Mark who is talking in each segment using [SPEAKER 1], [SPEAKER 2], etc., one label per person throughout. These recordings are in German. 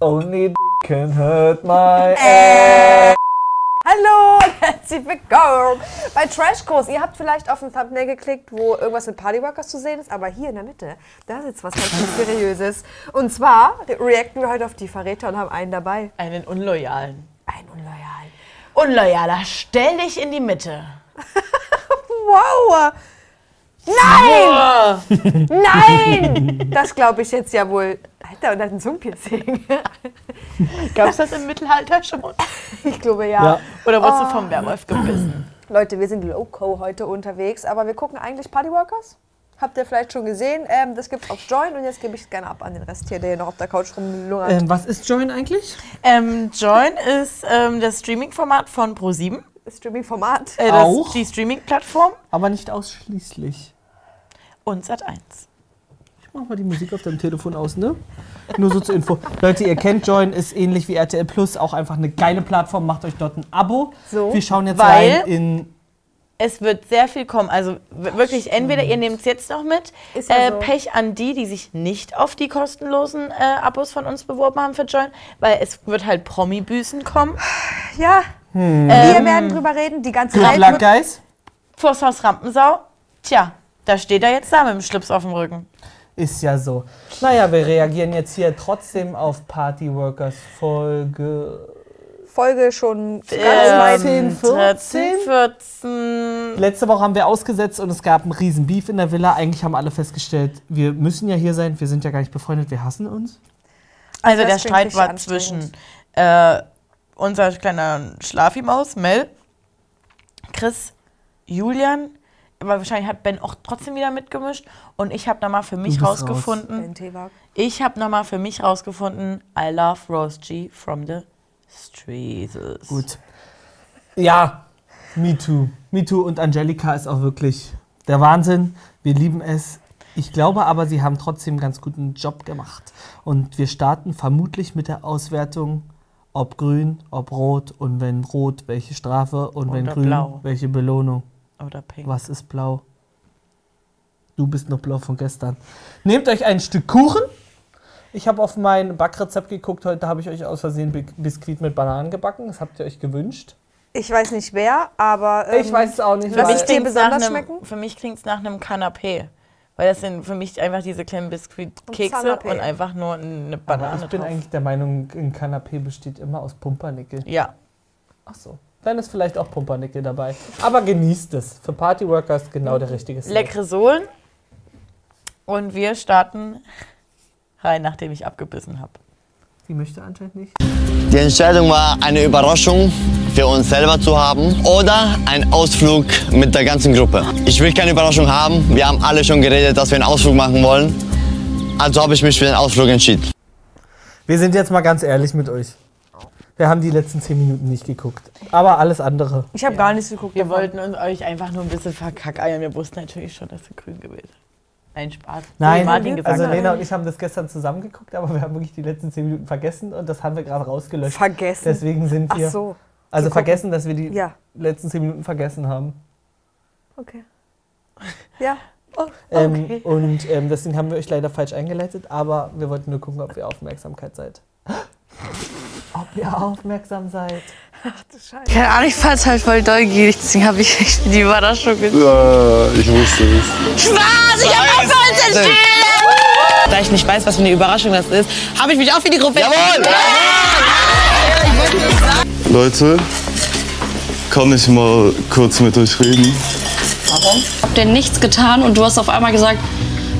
[SPEAKER 1] Only d- can hurt my
[SPEAKER 2] Äh. Hallo und herzlich willkommen bei Trashkurs. Ihr habt vielleicht auf ein Thumbnail geklickt, wo irgendwas mit Partyworkers zu sehen ist, aber hier in der Mitte, da ist jetzt was ganz Mysteriöses. Und zwar reacten wir heute auf die Verräter und haben einen dabei.
[SPEAKER 3] Einen unloyalen.
[SPEAKER 2] Einen Unloyalen.
[SPEAKER 3] Unloyaler, stell dich in die Mitte.
[SPEAKER 2] Wow! Nein! Nein! Das glaube ich jetzt ja wohl. Alter, und hat ein Zungenpiercing.
[SPEAKER 3] Gab es das im Mittelalter schon?
[SPEAKER 2] Ich glaube ja. Oh.
[SPEAKER 3] Oder wurdest du vom Werwolf gebissen?
[SPEAKER 2] Leute, wir sind Loco heute unterwegs, aber wir gucken eigentlich Partyworkers. Habt ihr vielleicht schon gesehen? Ähm, das gibt's auf Join und jetzt gebe ich es gerne ab an den Rest hier, der hier noch auf der Couch rumlungert.
[SPEAKER 4] Ähm, was ist Join eigentlich?
[SPEAKER 3] Ähm, Join ist ähm, das Streaming-Format von Pro7.
[SPEAKER 2] Das Streaming-Format.
[SPEAKER 3] Äh, das,
[SPEAKER 4] Auch?
[SPEAKER 3] Die Streaming-Plattform
[SPEAKER 4] Aber nicht ausschließlich.
[SPEAKER 3] und Sat1.
[SPEAKER 4] Ich mach mal die Musik auf deinem Telefon aus, ne? Nur so zur Info. Leute, ihr kennt Join, ist ähnlich wie RTL Plus, auch einfach eine geile Plattform. Macht euch dort ein Abo.
[SPEAKER 2] So,
[SPEAKER 4] Wir schauen jetzt
[SPEAKER 3] weil-
[SPEAKER 4] rein in.
[SPEAKER 3] Es wird sehr viel kommen. Also w- wirklich, entweder ihr nehmt es jetzt noch mit.
[SPEAKER 2] Ist ja
[SPEAKER 3] äh,
[SPEAKER 2] so.
[SPEAKER 3] Pech an die, die sich nicht auf die kostenlosen äh, Abos von uns beworben haben für Join, weil es wird halt Promi-Büßen kommen.
[SPEAKER 2] Ja, wir werden drüber reden. Die ganze
[SPEAKER 4] hm. Good
[SPEAKER 2] Welt
[SPEAKER 4] luck,
[SPEAKER 2] wird
[SPEAKER 4] guys.
[SPEAKER 3] Vors Haus Rampensau. Tja, da steht er jetzt da mit dem Schlips auf dem Rücken.
[SPEAKER 4] Ist ja so. Naja, wir reagieren jetzt hier trotzdem auf Partyworkers Folge.
[SPEAKER 2] Folge schon
[SPEAKER 4] Ähm,
[SPEAKER 2] ganz weit.
[SPEAKER 4] 13, 14?
[SPEAKER 3] 13, 14.
[SPEAKER 4] Letzte Woche haben wir ausgesetzt und es gab einen riesen Beef in der Villa. Eigentlich haben alle festgestellt, wir müssen ja hier sein, wir sind ja gar nicht befreundet, wir hassen uns.
[SPEAKER 3] Also der
[SPEAKER 2] Das klingt
[SPEAKER 3] Streit
[SPEAKER 2] richtig
[SPEAKER 3] war
[SPEAKER 2] anstrengend.
[SPEAKER 3] zwischen äh, unser kleiner Schlafi-Maus, Mel, Chris, Julian, aber wahrscheinlich hat Ben auch trotzdem wieder mitgemischt und ich habe nochmal für mich
[SPEAKER 4] bist raus.
[SPEAKER 3] rausgefunden,
[SPEAKER 2] NT-Wag.
[SPEAKER 3] ich habe nochmal für mich rausgefunden, I love Rose G from the streets.
[SPEAKER 4] Gut. Ja, Me Too. Me Too und Angelika ist auch wirklich der Wahnsinn. Wir lieben es. Ich glaube aber, sie haben trotzdem einen ganz guten Job gemacht. Und wir starten vermutlich mit der Auswertung, ob grün, ob rot und wenn rot, welche Strafe und wenn
[SPEAKER 3] Oder
[SPEAKER 4] grün,
[SPEAKER 3] blau.
[SPEAKER 4] welche Belohnung.
[SPEAKER 3] Oder Pink.
[SPEAKER 4] Was ist blau? Du bist noch blau von gestern. Nehmt euch ein Stück Kuchen. Ich habe auf mein Backrezept geguckt. Heute habe ich euch aus Versehen Bi- Biskuit mit Bananen gebacken. Das habt ihr euch gewünscht.
[SPEAKER 2] Ich weiß nicht wer, aber. ähm,
[SPEAKER 4] Ich weiß es auch nicht.
[SPEAKER 2] Lass
[SPEAKER 4] Weil
[SPEAKER 2] ich dir-
[SPEAKER 3] klingt's
[SPEAKER 2] besonders
[SPEAKER 3] nach
[SPEAKER 2] schmecken?
[SPEAKER 3] einem, für mich klingt es nach einem Kanapé. Weil das sind für mich einfach diese kleinen Biskuitkekse und,
[SPEAKER 2] Kanapé.
[SPEAKER 3] einfach nur eine
[SPEAKER 4] aber
[SPEAKER 3] Banane
[SPEAKER 4] ich bin
[SPEAKER 3] drauf.
[SPEAKER 4] eigentlich der Meinung, ein Kanapé besteht immer aus Pumpernickel.
[SPEAKER 3] Ja.
[SPEAKER 4] Ach so. Dann ist vielleicht auch Pumpernickel dabei. Aber genießt es. Für Partyworkers genau der richtige Snack.
[SPEAKER 3] Leckere Sohlen. Und wir starten rein, nachdem ich abgebissen habe.
[SPEAKER 4] Die möchte anscheinend nicht.
[SPEAKER 5] Die Entscheidung war, eine Überraschung für uns selber zu haben oder ein Ausflug mit der ganzen Gruppe. Ich will keine Überraschung haben. Wir haben alle schon geredet, dass wir einen Ausflug machen wollen. Also habe ich mich für den Ausflug entschieden.
[SPEAKER 4] Wir sind jetzt mal ganz ehrlich mit euch. Wir haben die letzten zehn Minuten nicht geguckt. Aber alles andere.
[SPEAKER 2] Ich habe gar nichts geguckt.
[SPEAKER 3] Wir
[SPEAKER 2] davon.
[SPEAKER 3] wollten uns euch einfach nur ein bisschen verkackeiern. Wir wussten natürlich schon, dass du grün gewählt hast. Nein, Spaß. Wie
[SPEAKER 4] Nein,
[SPEAKER 3] Martin gesagt
[SPEAKER 4] also
[SPEAKER 3] hat.
[SPEAKER 4] Lena und ich haben das gestern zusammengeguckt, aber wir haben wirklich die letzten zehn Minuten vergessen und das haben wir gerade rausgelöscht.
[SPEAKER 2] Vergessen.
[SPEAKER 4] Deswegen sind
[SPEAKER 2] Ach
[SPEAKER 4] wir.
[SPEAKER 2] so.
[SPEAKER 4] Also
[SPEAKER 2] Wir gucken.
[SPEAKER 4] vergessen, dass wir die
[SPEAKER 2] Ja,
[SPEAKER 4] letzten zehn Minuten vergessen haben.
[SPEAKER 2] okay. Ja,
[SPEAKER 4] Ähm,
[SPEAKER 3] Okay.
[SPEAKER 4] Und ähm, deswegen haben wir euch leider falsch eingeleitet, aber wir wollten nur gucken, ob ihr Aufmerksamkeit seid. Ob ihr aufmerksam seid.
[SPEAKER 6] Keine Ahnung, ich war jetzt halt voll neugierig, deswegen habe ich echt die Überraschung gezogen.
[SPEAKER 7] Ja, ich wusste es.
[SPEAKER 6] Spaß, ich habe aufgehört zu spielen! Da ich nicht weiß, was für eine Überraschung das ist, habe ich mich auch für die Gruppe
[SPEAKER 5] Jawohl!
[SPEAKER 7] Leute, kann ich mal kurz mit euch reden?
[SPEAKER 8] hab dir nichts getan und du hast auf einmal gesagt,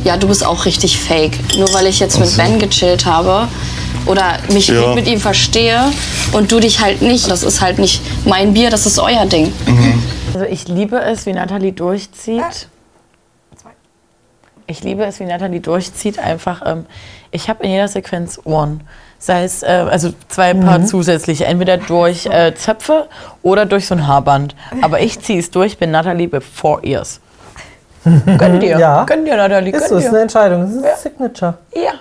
[SPEAKER 8] ja, du bist auch richtig fake. Nur weil ich jetzt
[SPEAKER 6] Also.
[SPEAKER 8] mit Ben gechillt habe oder mich
[SPEAKER 7] Ja.
[SPEAKER 8] gut mit ihm verstehe und du dich halt nicht. Das ist halt nicht mein Bier, das ist euer Ding.
[SPEAKER 6] Mhm.
[SPEAKER 3] Also ich liebe es, wie Nathalie durchzieht.
[SPEAKER 4] Äh,
[SPEAKER 3] Ich liebe es, wie Nathalie durchzieht. Einfach, ähm, ich habe in jeder Sequenz Ohren. Sei es, äh, also zwei
[SPEAKER 4] Mhm.
[SPEAKER 3] Paar zusätzliche. Entweder durch äh, Zöpfe oder durch so ein Haarband. Aber ich ziehe es durch, bin Nathalie before ears. Gönn dir.
[SPEAKER 4] Ja.
[SPEAKER 3] Gönn dir, Nathalie.
[SPEAKER 4] Ist
[SPEAKER 3] Gönn
[SPEAKER 4] so, ist
[SPEAKER 3] dir.
[SPEAKER 4] eine Entscheidung, es ist ein Signature.
[SPEAKER 3] Ja.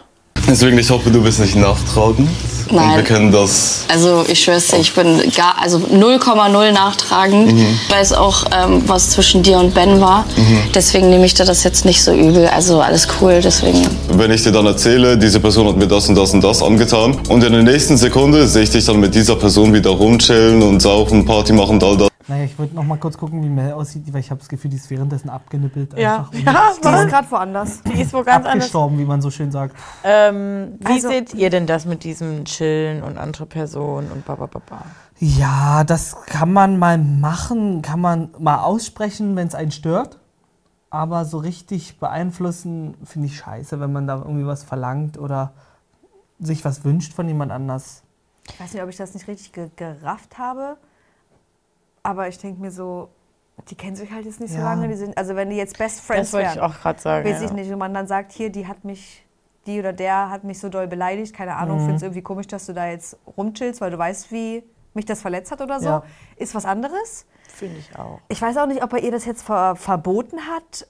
[SPEAKER 7] Deswegen, ich hoffe, du bist nicht nachtragend. Und wir
[SPEAKER 8] Nein.
[SPEAKER 7] können das.
[SPEAKER 8] Also ich schwör's dir, ich bin gar, also 0,0 nachtragend.
[SPEAKER 6] Mhm.
[SPEAKER 8] Ich weiß auch, ähm, was zwischen dir und Ben war. Deswegen nehme ich dir das jetzt nicht so übel. Also alles cool, deswegen.
[SPEAKER 7] Wenn ich dir dann erzähle, diese Person hat mir das und das und das angetan. Und in der nächsten Sekunde sehe ich dich dann mit dieser Person wieder rumchillen und saufen, Party machen, all das.
[SPEAKER 4] Naja, ich wollte noch mal kurz gucken, wie Mel aussieht, weil ich habe das Gefühl, die ist währenddessen abgenippelt.
[SPEAKER 3] Ja,
[SPEAKER 4] Einfach
[SPEAKER 3] ja
[SPEAKER 2] Die ist
[SPEAKER 3] Mann,
[SPEAKER 2] gerade woanders.
[SPEAKER 3] die ist wohl ganz anders.
[SPEAKER 4] abgestorben, wie man so schön sagt.
[SPEAKER 3] Ähm, wie
[SPEAKER 2] Also-
[SPEAKER 3] seht ihr denn das mit diesem Chillen und andere Personen und ba, ba, ba, ba?
[SPEAKER 4] Ja, das kann man mal machen, kann man mal aussprechen, wenn es einen stört. Aber so richtig beeinflussen finde ich scheiße, wenn man da irgendwie was verlangt oder sich was wünscht von jemand anders.
[SPEAKER 2] Ich weiß nicht, ob ich das nicht richtig ge gerafft habe, aber ich denke mir so, die kennen sich halt jetzt nicht so
[SPEAKER 4] Ja.
[SPEAKER 2] lange. Die sind, also wenn die jetzt Best Friends
[SPEAKER 3] Das wollte
[SPEAKER 2] wären,
[SPEAKER 3] ich auch gerade sagen.
[SPEAKER 2] weiß ich
[SPEAKER 3] ja.
[SPEAKER 2] nicht, wenn man dann sagt, hier, die hat mich, die oder der hat mich so doll beleidigt, keine Ahnung,
[SPEAKER 4] Mhm.
[SPEAKER 2] finde es irgendwie komisch, dass du da jetzt rumchillst, weil du weißt, wie mich das verletzt hat oder so,
[SPEAKER 4] Ja.
[SPEAKER 2] ist was anderes.
[SPEAKER 3] Finde ich auch.
[SPEAKER 2] Ich weiß auch nicht, ob er ihr das jetzt ver verboten hat.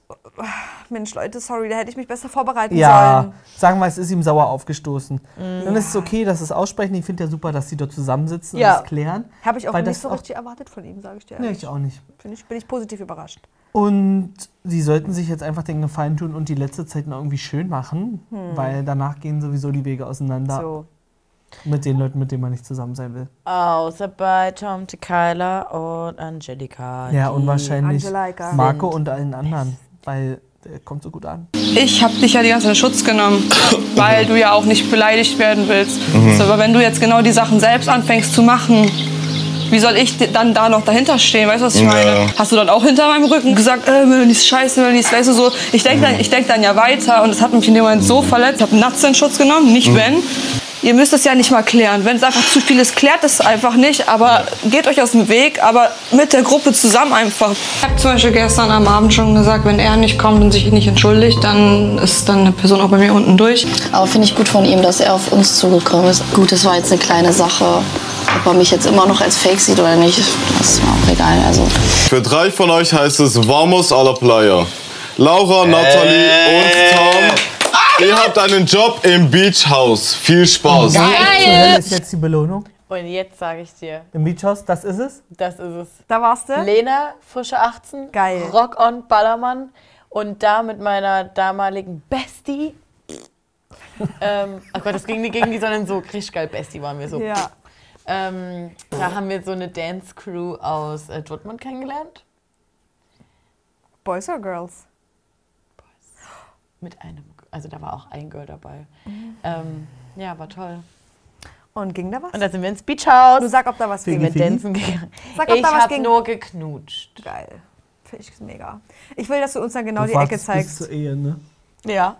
[SPEAKER 2] Mensch, Leute, sorry, da hätte ich mich besser vorbereiten
[SPEAKER 4] Ja,
[SPEAKER 2] sollen. Mm.
[SPEAKER 4] sagen wir, es ist ihm sauer aufgestoßen. Dann ist es okay, dass es aussprechen. Ich finde ja super, dass sie dort zusammensitzen
[SPEAKER 2] Ja.
[SPEAKER 4] und das klären.
[SPEAKER 2] Habe ich auch
[SPEAKER 4] Weil
[SPEAKER 2] nicht
[SPEAKER 4] das
[SPEAKER 2] so
[SPEAKER 4] auch-
[SPEAKER 2] richtig erwartet von ihm, sage ich dir.
[SPEAKER 4] Nee,
[SPEAKER 2] ehrlich.
[SPEAKER 4] ich auch nicht.
[SPEAKER 2] Bin ich, bin ich positiv überrascht.
[SPEAKER 4] Und sie sollten sich jetzt einfach den Gefallen tun und die letzte Zeit noch irgendwie schön machen, weil danach gehen sowieso die Wege auseinander
[SPEAKER 2] Hm. So.
[SPEAKER 4] mit den Leuten, mit denen man nicht zusammen sein will.
[SPEAKER 3] Außer bei Tom Tequila und Angelika.
[SPEAKER 4] Ja,
[SPEAKER 3] die-
[SPEAKER 4] und wahrscheinlich
[SPEAKER 2] Angelika.
[SPEAKER 4] Marco und allen anderen, weil der kommt so gut an.
[SPEAKER 9] Ich habe dich ja die ganze Zeit in Schutz genommen, weil du ja auch nicht beleidigt werden willst.
[SPEAKER 7] Mhm.
[SPEAKER 9] So, aber wenn du jetzt genau die Sachen selbst anfängst zu machen, wie soll ich di- dann da noch dahinter stehen? Weißt du, was ich meine?
[SPEAKER 7] Ja.
[SPEAKER 9] Hast du dann auch hinter meinem Rücken gesagt, äh, Melanie ist scheiße, Melanie ist, weißt du, so. Ich denke dann, ich denk dann ja weiter und das hat mich in dem Moment so verletzt. Ich habe Natze in Schutz genommen, nicht
[SPEAKER 7] Mhm.
[SPEAKER 9] Ben. Ihr müsst es ja nicht mal klären. Wenn es einfach zu viel ist, klärt es einfach nicht. Aber geht euch aus dem Weg, aber mit der Gruppe zusammen einfach.
[SPEAKER 10] Ich habe zum Beispiel gestern am Abend schon gesagt, wenn er nicht kommt und sich nicht entschuldigt, dann ist dann eine Person auch bei mir unten durch.
[SPEAKER 8] Aber finde ich gut von ihm, dass er auf uns zugekommen ist. Gut, das war jetzt eine kleine Sache. Ob er mich jetzt immer noch als Fake sieht oder nicht, das ist mir auch egal. Also
[SPEAKER 7] Für drei von euch heißt es Vamos a la Playa. Laura, Nathalie und Tom. Ihr habt einen Job im Beach House. Viel Spaß.
[SPEAKER 4] Zur Hölle ist jetzt die Belohnung
[SPEAKER 3] Und jetzt sage ich dir,
[SPEAKER 4] im Beach House, das ist es.
[SPEAKER 3] das ist es.
[SPEAKER 2] Da warst du.
[SPEAKER 3] Lena, frische 18.
[SPEAKER 2] Geil.
[SPEAKER 3] Rock on Ballermann. Und da mit meiner damaligen Bestie. ähm, oh Gott, das ging nicht gegen die, sondern so richtig geil Bestie waren wir so.
[SPEAKER 2] Ja.
[SPEAKER 3] Ähm, da haben wir so eine Dance Crew aus äh, Dortmund kennengelernt.
[SPEAKER 2] Boys or Girls?
[SPEAKER 3] Mit einem, also da war auch ein Girl dabei. Ähm, ja, war toll.
[SPEAKER 2] Und ging da was?
[SPEAKER 3] Und da sind wir ins Beach House.
[SPEAKER 2] du sag, ob da was ging.
[SPEAKER 3] mit Dancen gegangen.
[SPEAKER 2] Sag, ob
[SPEAKER 3] ich
[SPEAKER 2] da was
[SPEAKER 3] habe
[SPEAKER 2] ging.
[SPEAKER 3] nur geknutscht.
[SPEAKER 2] Geil. Finde ich mega. Ich will, dass du uns dann genau
[SPEAKER 4] Du
[SPEAKER 2] die Ecke
[SPEAKER 4] wartest Bis
[SPEAKER 2] zeigst.
[SPEAKER 4] zur Ehe, ne?
[SPEAKER 3] Ja.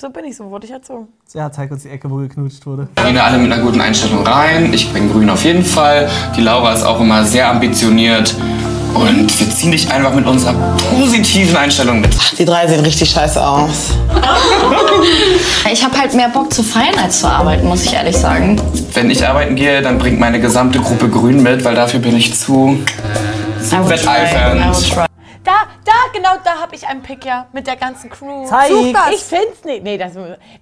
[SPEAKER 3] So bin ich, so wurde ich erzogen.
[SPEAKER 4] Ja, zeig uns die Ecke, wo geknutscht wurde.
[SPEAKER 10] Gehen alle mit einer guten Einstellung rein. Ich bin grün auf jeden Fall. Die Laura ist auch immer sehr ambitioniert. Und wir ziehen dich einfach mit unserer positiven Einstellung mit.
[SPEAKER 6] Die drei sehen richtig scheiße aus.
[SPEAKER 8] ich habe halt mehr Bock zu feiern als zu arbeiten, muss ich ehrlich sagen.
[SPEAKER 10] Wenn ich arbeiten gehe, dann bringt meine gesamte Gruppe grün mit, weil dafür bin ich zu, zu wetteifernd.
[SPEAKER 3] Da, da, genau da habe ich einen Pick ja mit der ganzen Crew.
[SPEAKER 4] Zeig!
[SPEAKER 3] Such das. Ich find's nicht. Nee, das,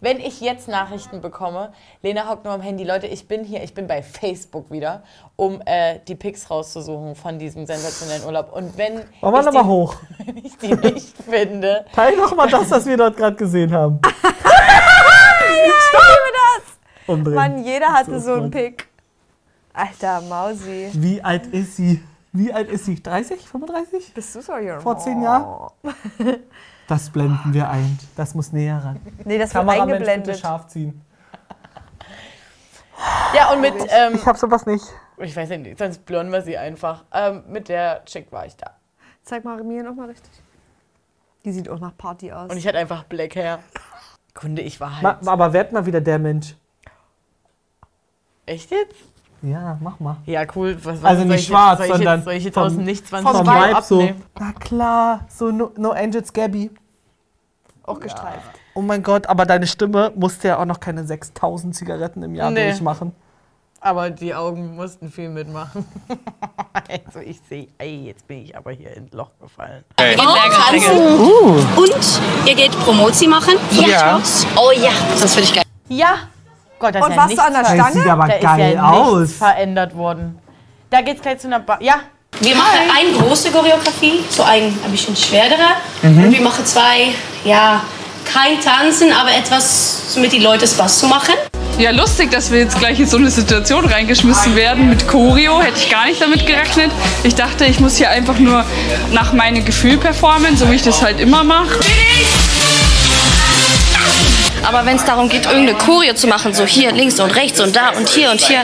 [SPEAKER 3] wenn ich jetzt Nachrichten bekomme, Lena hockt nur am Handy. Leute, ich bin hier, ich bin bei Facebook wieder, um äh, die Pics rauszusuchen von diesem sensationellen Urlaub. Und wenn
[SPEAKER 4] Wollen wir
[SPEAKER 3] ich,
[SPEAKER 4] nochmal
[SPEAKER 3] die-
[SPEAKER 4] hoch?
[SPEAKER 3] wenn ich die nicht finde,
[SPEAKER 4] Teil nochmal das, was wir dort gerade gesehen haben.
[SPEAKER 2] Ich liebe das!
[SPEAKER 4] Umdrehen.
[SPEAKER 2] Mann, jeder hatte so einen
[SPEAKER 4] gut.
[SPEAKER 2] Pick. Alter, Mausi.
[SPEAKER 4] Wie alt ist sie? Wie alt ist sie? 30? 35?
[SPEAKER 2] Bist du so Oh. your
[SPEAKER 4] Vor zehn Jahren? Das blenden wir ein. Das muss näher ran.
[SPEAKER 2] Nee, das wird
[SPEAKER 4] Kameramensch, bitte
[SPEAKER 2] eingeblendet.
[SPEAKER 4] scharf ziehen.
[SPEAKER 3] ja und mit, ähm,
[SPEAKER 4] Ich hab sowas nicht.
[SPEAKER 3] ich weiß ja nicht, sonst blören wir sie einfach. Ähm, mit der Chick war ich da.
[SPEAKER 2] Zeig mal mir nochmal richtig. Die sieht auch nach Party aus.
[SPEAKER 3] Und ich hatte einfach Black Hair. Kunde, ich war
[SPEAKER 4] Ma,
[SPEAKER 3] halt.
[SPEAKER 4] aber werd mal wieder der Mensch.
[SPEAKER 3] Echt jetzt?
[SPEAKER 4] Ja, mach mal.
[SPEAKER 3] Ja, cool. Was, was
[SPEAKER 4] Also
[SPEAKER 3] soll
[SPEAKER 4] nicht
[SPEAKER 3] ich
[SPEAKER 4] schwarz,
[SPEAKER 3] jetzt, soll ich
[SPEAKER 4] sondern
[SPEAKER 3] Jetzt, soll ich jetzt
[SPEAKER 4] vom-
[SPEAKER 3] aus dem Nichts 20
[SPEAKER 4] Vom
[SPEAKER 3] Kilo
[SPEAKER 4] Vibe so.
[SPEAKER 3] abnehmen?
[SPEAKER 4] Na klar, so No, no Angels Gabby.
[SPEAKER 2] auch gestreift.
[SPEAKER 4] Oh mein Gott, aber deine Stimme musste ja auch noch keine 6000 Zigaretten im Jahr
[SPEAKER 3] Nee.
[SPEAKER 4] durchmachen.
[SPEAKER 3] Aber die Augen mussten viel mitmachen. also ich sehe, ey, jetzt bin ich aber hier ins Loch gefallen.
[SPEAKER 10] Ja.
[SPEAKER 11] Oh
[SPEAKER 8] Das finde ich geil.
[SPEAKER 3] Ja, Gott, da ist
[SPEAKER 2] Und
[SPEAKER 3] ja
[SPEAKER 2] warst du
[SPEAKER 3] nichts
[SPEAKER 2] an der
[SPEAKER 3] verändert.
[SPEAKER 2] Stange? Sieht aber
[SPEAKER 3] da ist
[SPEAKER 4] geil
[SPEAKER 3] ja nichts
[SPEAKER 4] aus.
[SPEAKER 3] verändert worden. Da geht's gleich zu einer Bar. Ja.
[SPEAKER 8] Wir machen eine große Choreografie, so ein, ein bisschen schwerer.
[SPEAKER 3] Mhm.
[SPEAKER 8] Und wir machen zwei, ja, kein Tanzen, aber etwas, damit die Leute Spaß zu machen.
[SPEAKER 12] Ja, lustig, dass wir jetzt gleich in so eine Situation reingeschmissen werden mit Choreo. Hätte ich gar nicht damit gerechnet. Ich dachte, ich muss hier einfach nur nach meinem Gefühl performen, so wie ich das halt immer mache.
[SPEAKER 8] Aber wenn es darum geht, irgendeine Choreo zu machen, so hier links und rechts und da und hier und hier,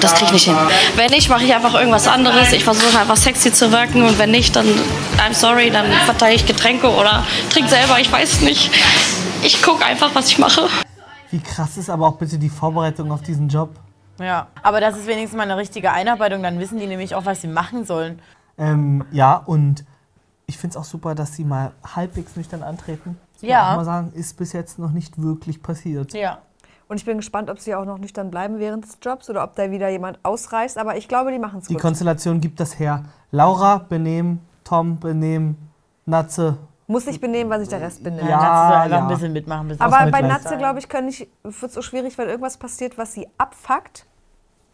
[SPEAKER 8] das krieg ich nicht hin. Wenn nicht, mache ich einfach irgendwas anderes. Ich versuche einfach sexy zu wirken und wenn nicht, dann, I'm sorry, dann verteile ich Getränke oder trink selber, ich weiß nicht. Ich gucke einfach, was ich mache.
[SPEAKER 4] Wie krass ist aber auch bitte die Vorbereitung auf diesen Job?
[SPEAKER 3] Ja. Aber das ist wenigstens mal eine richtige Einarbeitung. Dann wissen die nämlich auch, was sie machen sollen.
[SPEAKER 4] Ähm, ja, und ich finde es auch super, dass sie mal halbwegs nüchtern antreten. Das muss
[SPEAKER 2] Ja.
[SPEAKER 4] man auch Mal sagen, ist bis jetzt noch nicht wirklich passiert.
[SPEAKER 3] Ja.
[SPEAKER 2] Und ich bin gespannt, ob sie auch noch nüchtern bleiben während des Jobs oder ob da wieder jemand ausreißt. Aber ich glaube, die machen es
[SPEAKER 4] Die
[SPEAKER 2] gut.
[SPEAKER 4] Konstellation gibt das her. Laura benehmen, Tom benehmen, Natze.
[SPEAKER 2] Muss ich benehmen, was ich der Rest benimmt.
[SPEAKER 4] Ja, Natze soll einfach
[SPEAKER 3] ein bisschen mitmachen, ein bisschen
[SPEAKER 2] Aber bei
[SPEAKER 4] Mitleid
[SPEAKER 2] Natze,
[SPEAKER 4] sein.
[SPEAKER 2] glaube ich, kann ich, wird es so schwierig, weil irgendwas passiert, was sie abfuckt,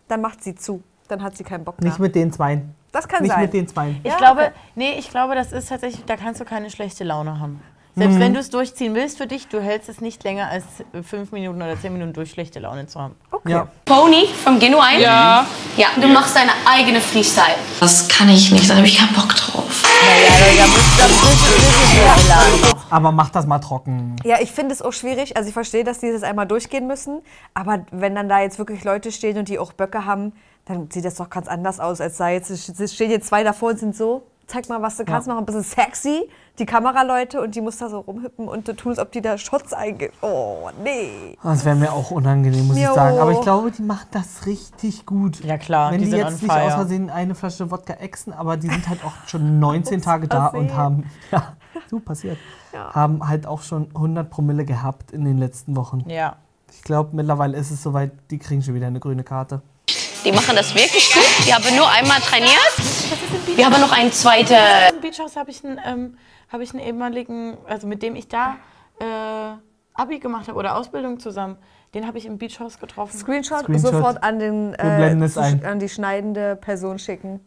[SPEAKER 2] dann macht sie zu. Dann hat sie keinen Bock mehr.
[SPEAKER 4] Nicht mit den Zweien.
[SPEAKER 2] Das kann
[SPEAKER 4] nicht
[SPEAKER 2] sein.
[SPEAKER 4] Nicht mit den Zweien.
[SPEAKER 3] Ich glaube, nee, ich glaube, das ist tatsächlich, da kannst du keine schlechte Laune haben. Selbst
[SPEAKER 4] Mhm.
[SPEAKER 3] wenn du es durchziehen willst für dich, du hältst es nicht länger als äh, fünf Minuten oder zehn Minuten durch, schlechte Laune zu haben.
[SPEAKER 4] Okay. Ja.
[SPEAKER 8] Pony vom Genuine?
[SPEAKER 3] Ja.
[SPEAKER 8] Ja, du machst deine eigene Freestyle. Das kann ich nicht, da habe ich keinen Bock drauf.
[SPEAKER 4] Aber mach das mal trocken.
[SPEAKER 2] Ja, ich finde es auch schwierig. Also ich verstehe, dass die das einmal durchgehen müssen. Aber wenn dann da jetzt wirklich Leute stehen und die auch Böcke haben, dann sieht das doch ganz anders aus, als da jetzt es stehen jetzt zwei davor und sind so. Zeig mal, was du kannst,
[SPEAKER 4] Ja.
[SPEAKER 2] mach ein bisschen sexy, die Kameraleute, und die muss da so rumhüppen und so tun, als ob die da Schutz eingeht. Oh, nee.
[SPEAKER 4] Ah, Das wäre mir auch unangenehm, muss
[SPEAKER 2] Mir
[SPEAKER 4] ich sagen. Aber
[SPEAKER 2] auch.
[SPEAKER 4] ich glaube, die machen das richtig gut.
[SPEAKER 3] Ja klar,
[SPEAKER 4] Wenn
[SPEAKER 3] die
[SPEAKER 4] die,
[SPEAKER 3] sind on
[SPEAKER 4] jetzt nicht
[SPEAKER 3] fire.
[SPEAKER 4] aus Versehen eine Flasche Wodka exen, aber die sind halt auch schon 19 Tage da und haben, ja, so passiert, haben halt auch schon 100 Promille gehabt in den letzten Wochen.
[SPEAKER 3] Ja.
[SPEAKER 4] Ich glaube, mittlerweile ist es soweit, die kriegen schon wieder eine grüne Karte.
[SPEAKER 8] Die machen das wirklich gut. Die haben nur einmal trainiert. Wir haben noch einen zweiten.
[SPEAKER 3] Im Beachhaus habe ich einen, ähm, habe ich einen ehemaligen, also mit dem ich da äh, Abi gemacht habe oder Ausbildung zusammen, den habe ich im Beachhaus getroffen.
[SPEAKER 2] Screenshot,
[SPEAKER 4] Screenshot.
[SPEAKER 2] sofort an, den,
[SPEAKER 4] Wir blenden es
[SPEAKER 2] zu-
[SPEAKER 4] ein.
[SPEAKER 2] an die schneidende Person schicken.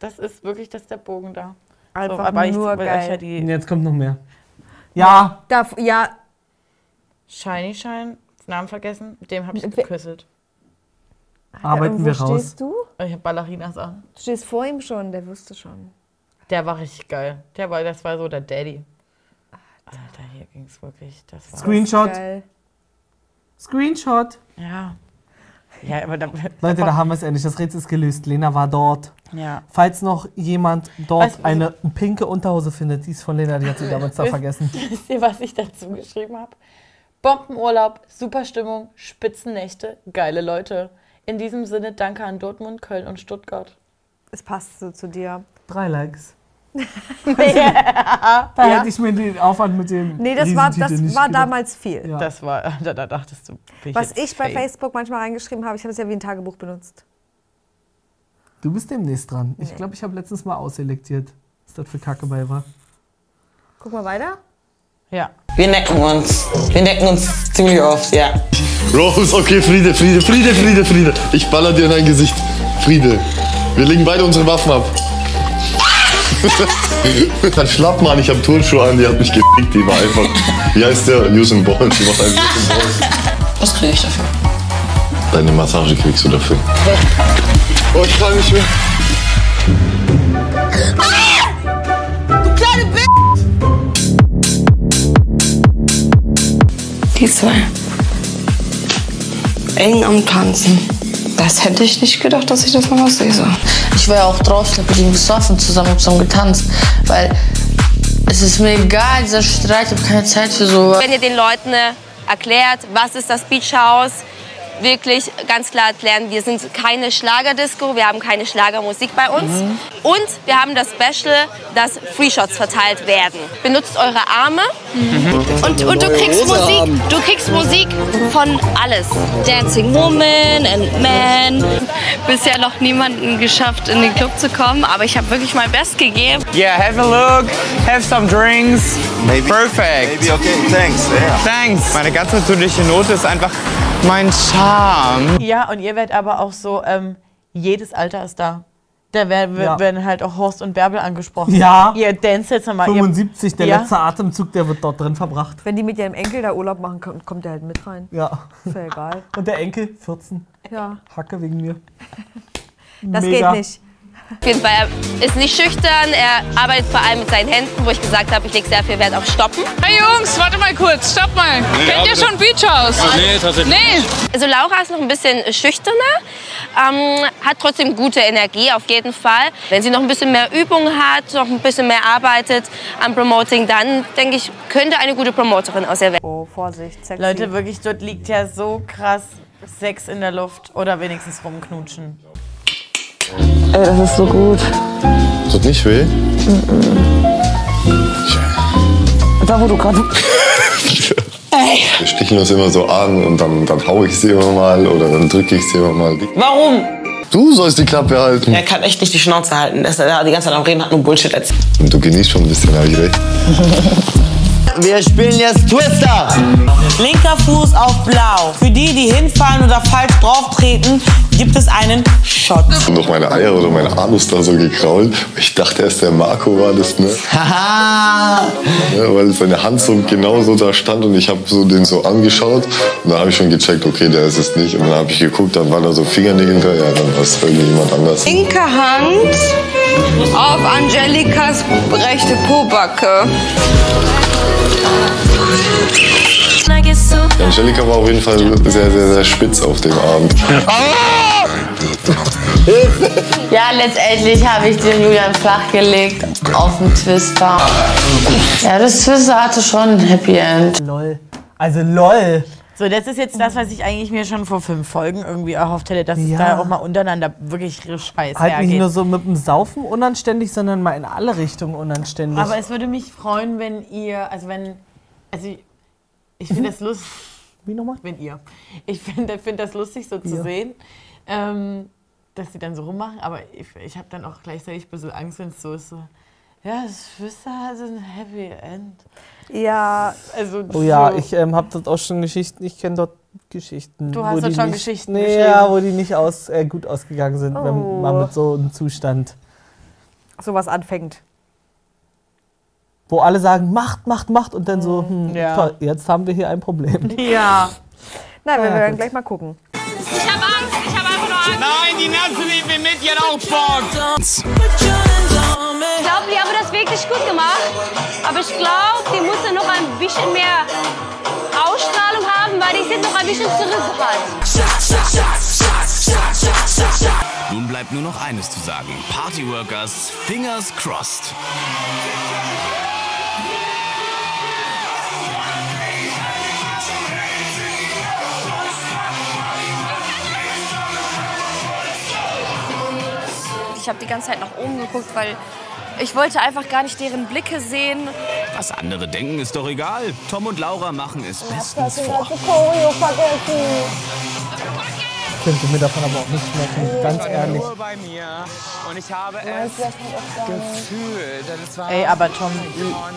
[SPEAKER 3] Das ist wirklich, das ist der Bogen da.
[SPEAKER 2] Einfach
[SPEAKER 3] aber ich-
[SPEAKER 2] nur
[SPEAKER 3] weil
[SPEAKER 2] geil.
[SPEAKER 3] ich ja die
[SPEAKER 4] Und jetzt kommt noch mehr. Ja,
[SPEAKER 2] Da, ja,
[SPEAKER 3] Shiny Shine, Namen vergessen, mit dem habe ich geküsselt.
[SPEAKER 4] arbeiten
[SPEAKER 2] irgendwo
[SPEAKER 4] wir raus.
[SPEAKER 2] stehst du?
[SPEAKER 3] Ich habe Ballerinas an.
[SPEAKER 2] Du stehst vor ihm schon, der wusste schon.
[SPEAKER 3] Der war richtig geil. Der war, das war so der Daddy. Alter, hier ging es wirklich. Das war
[SPEAKER 4] Screenshot.
[SPEAKER 2] Geil.
[SPEAKER 4] Screenshot.
[SPEAKER 3] Ja. Ja, aber dann.
[SPEAKER 4] Leute, da haben wir es endlich. Das Rätsel ist gelöst. Lena war dort.
[SPEAKER 3] Ja.
[SPEAKER 4] Falls noch jemand dort
[SPEAKER 3] Weißt du,
[SPEAKER 4] eine pinke Unterhose findet, die ist von Lena, die hat sie damals da
[SPEAKER 3] Wisst-
[SPEAKER 4] vergessen.
[SPEAKER 3] Wisst ihr, was ich dazu geschrieben habe? Bombenurlaub, super Stimmung, Spitzennächte, geile Leute. In diesem Sinne danke an Dortmund, Köln und Stuttgart.
[SPEAKER 2] Es passt so zu dir.
[SPEAKER 4] Drei Likes.
[SPEAKER 3] ja.
[SPEAKER 4] Da hätte ich mir den Aufwand mit dem.
[SPEAKER 2] Nee, das war, das
[SPEAKER 4] Riesentitel nicht
[SPEAKER 2] war
[SPEAKER 4] gedacht.
[SPEAKER 2] damals viel.
[SPEAKER 4] Ja.
[SPEAKER 3] Das war, da, da dachtest du. bin
[SPEAKER 2] Was
[SPEAKER 3] jetzt
[SPEAKER 2] ich bei
[SPEAKER 3] fake.
[SPEAKER 2] Facebook manchmal reingeschrieben habe, ich habe es ja wie ein Tagebuch benutzt.
[SPEAKER 4] Du bist demnächst dran. Ich glaube, ich habe letztens mal ausselektiert, was das für Kacke bei war.
[SPEAKER 2] Guck mal weiter.
[SPEAKER 3] Ja.
[SPEAKER 6] Wir necken uns. Wir necken uns ziemlich oft, ja.
[SPEAKER 7] Rose, okay, Friede, Friede, Friede, Friede, Friede. Ich baller dir in dein Gesicht. Friede. Wir legen beide unsere Waffen ab. Dann schlapp mal, ich hab Turnschuhe an, die hat mich gefickt, die war einfach. Wie heißt der? Usain Bolt. Die macht einen Usain Bolt.
[SPEAKER 6] Was kriege ich dafür?
[SPEAKER 7] Deine Massage kriegst du dafür. Oh, ich kann nicht mehr.
[SPEAKER 6] Ah! Du kleine Bitch!
[SPEAKER 8] Die zwei.
[SPEAKER 6] Eng am Tanzen.
[SPEAKER 8] Das hätte ich nicht gedacht, dass ich das mal was sehe.
[SPEAKER 13] Ich war ja auch draußen mit ihm gesoffen, zusammen hab zusammen getanzt, weil es ist mir egal, dieser Streit, ich habe keine Zeit für sowas.
[SPEAKER 11] Wenn ihr den Leuten äh, erklärt, was ist das Beach House, wirklich ganz klar erklären, wir sind keine Schlagerdisco, wir haben keine Schlagermusik bei uns.
[SPEAKER 13] Mhm.
[SPEAKER 11] Und wir haben das Special, dass Free Shots verteilt werden. Benutzt eure Arme
[SPEAKER 14] Mhm.
[SPEAKER 11] und, und du kriegst Musik. Du kriegst Musik von alles.
[SPEAKER 8] Dancing Woman and Man. Bisher noch niemanden geschafft, in den Club zu kommen, aber ich habe wirklich mein Best gegeben.
[SPEAKER 14] Yeah, have a look, have some drinks. Maybe. Perfect. Maybe okay, thanks. Thanks. Meine ganz natürliche Note ist einfach
[SPEAKER 6] Mein
[SPEAKER 4] Mhm.
[SPEAKER 6] Charme.
[SPEAKER 3] Ja, und ihr werdet aber auch so, ähm, jedes Alter ist da. Da werden, wir-
[SPEAKER 4] Ja.
[SPEAKER 3] werden halt auch Horst und Bärbel angesprochen.
[SPEAKER 4] Ja.
[SPEAKER 3] Ihr danst jetzt nochmal.
[SPEAKER 4] 75, der
[SPEAKER 3] ja.
[SPEAKER 4] letzte Atemzug, der wird dort drin verbracht.
[SPEAKER 2] Wenn die mit ihrem Enkel da Urlaub machen, kommt, kommt der halt mit rein.
[SPEAKER 4] Ja.
[SPEAKER 2] Ist ja egal.
[SPEAKER 4] Und der Enkel, 14.
[SPEAKER 2] Ja.
[SPEAKER 4] Hacke wegen mir.
[SPEAKER 2] Das
[SPEAKER 4] Mega.
[SPEAKER 2] geht nicht.
[SPEAKER 8] Auf jeden Fall, er ist nicht schüchtern, er arbeitet vor allem mit seinen Händen, wo ich gesagt habe, ich lege sehr viel Wert auf Stoppen.
[SPEAKER 12] Hey Jungs, warte mal kurz, stopp mal.
[SPEAKER 8] Nee,
[SPEAKER 12] Kennt ihr
[SPEAKER 8] aber-
[SPEAKER 12] schon Beach House?
[SPEAKER 8] Nee,
[SPEAKER 12] tatsächlich Nee.
[SPEAKER 8] Also Laura ist noch ein bisschen schüchterner, ähm, hat trotzdem gute Energie auf jeden Fall. Wenn sie noch ein bisschen mehr Übung hat, noch ein bisschen mehr arbeitet am Promoting, dann denke ich, könnte eine gute Promoterin aus ihr werden.
[SPEAKER 2] Oh, Vorsicht, sexy.
[SPEAKER 3] Leute, wirklich, dort liegt ja so krass Sex in der Luft oder wenigstens rumknutschen.
[SPEAKER 15] Ey, das ist so gut.
[SPEAKER 16] Tut nicht weh?
[SPEAKER 15] Da, wo du gerade.
[SPEAKER 16] Ey. Wir stichen uns immer so an und dann, dann hau ich sie immer mal oder dann drücke ich sie immer mal.
[SPEAKER 6] Warum?
[SPEAKER 16] Du sollst die Klappe halten.
[SPEAKER 6] Er kann echt nicht die Schnauze halten. Er ist da die ganze Zeit am Reden, hat nur Bullshit erzählt.
[SPEAKER 16] Und du genießt schon ein bisschen, habe ich recht.
[SPEAKER 6] Wir spielen jetzt Twister. Linker Fuß auf blau. Für die, die hinfallen oder falsch drauf treten, gibt es einen Shot.
[SPEAKER 16] Und noch meine Eier oder mein Anus da so gekrault. Ich dachte erst, der Marco war das, ne?
[SPEAKER 6] Haha.
[SPEAKER 16] Ja, weil seine Hand so genau so da stand und ich habe so den so angeschaut. Und dann habe ich schon gecheckt, okay, der ist es nicht. Und dann habe ich geguckt, dann war da so Fingernägel da. Ja, dann war es irgendjemand anders.
[SPEAKER 17] Linke Hand auf Angelikas rechte Pobacke.
[SPEAKER 16] Angelika war auf jeden Fall sehr, sehr, sehr spitz auf dem Abend.
[SPEAKER 18] Ja, letztendlich habe ich den Julian flachgelegt auf den Twister. Ja, das Twister hatte schon ein Happy End.
[SPEAKER 4] Lol. Also lol.
[SPEAKER 3] So, das ist jetzt das, was ich eigentlich mir schon vor fünf Folgen irgendwie erhofft hätte, dass
[SPEAKER 4] Ja.
[SPEAKER 3] es da auch mal untereinander wirklich Scheiß
[SPEAKER 4] Halt nicht
[SPEAKER 3] hergeht.
[SPEAKER 4] nur so mit dem Saufen unanständig, sondern mal in alle Richtungen unanständig.
[SPEAKER 3] Aber es würde mich freuen, wenn ihr, also wenn, also ich- ich finde das lustig.
[SPEAKER 4] Wie nochmal?
[SPEAKER 3] Wenn ihr. Ich finde find das lustig, so zu
[SPEAKER 4] Ja.
[SPEAKER 3] sehen, ähm, dass sie dann so rummachen, aber ich, ich habe dann auch gleichzeitig ein bisschen Angst, wenn es so ist, so, ja, das Schwester hat ein Happy End.
[SPEAKER 2] Ja.
[SPEAKER 3] Also,
[SPEAKER 4] Oh ja,
[SPEAKER 3] so-
[SPEAKER 4] ich ähm, habe dort auch schon Geschichten, ich kenne dort Geschichten.
[SPEAKER 3] Du hast
[SPEAKER 4] wo
[SPEAKER 3] dort
[SPEAKER 4] die
[SPEAKER 3] schon
[SPEAKER 4] nicht,
[SPEAKER 3] Geschichten
[SPEAKER 4] nee,
[SPEAKER 3] geschrieben.
[SPEAKER 4] ja, wo die nicht aus, äh, gut ausgegangen sind, wenn man
[SPEAKER 2] Oh.
[SPEAKER 4] mit so einem Zustand,
[SPEAKER 2] Sowas anfängt.
[SPEAKER 4] wo alle sagen, macht, macht, macht und dann so, hm,
[SPEAKER 2] Ja.
[SPEAKER 4] toll, jetzt haben wir hier ein Problem.
[SPEAKER 3] Mhm. Ja.
[SPEAKER 2] Na, wir
[SPEAKER 4] Ja,
[SPEAKER 2] werden
[SPEAKER 4] gut.
[SPEAKER 2] gleich mal gucken.
[SPEAKER 14] Ich hab Angst, ich hab einfach nur Angst. Nein, die Nanze nehmen wir mit, die hat auch
[SPEAKER 11] Ich glaube, die haben das wirklich gut gemacht. Aber ich glaube, die muss noch ein bisschen mehr Ausstrahlung haben, weil die sind noch ein bisschen zurückgehalten.
[SPEAKER 19] Nun bleibt nur noch eines zu sagen. Partyworkers, fingers crossed.
[SPEAKER 11] Ich habe die ganze Zeit nach oben geguckt, weil ich wollte einfach gar nicht deren Blicke sehen.
[SPEAKER 19] Was andere denken, ist doch egal. Tom und Laura machen es bestens
[SPEAKER 11] das
[SPEAKER 19] vor.
[SPEAKER 11] Choreo vergessen.
[SPEAKER 4] Könnte mir davon aber auch nicht merken, ganz ehrlich.
[SPEAKER 14] bei mir. Und ich habe es gefühlt. Das war
[SPEAKER 3] Ey, aber Tom,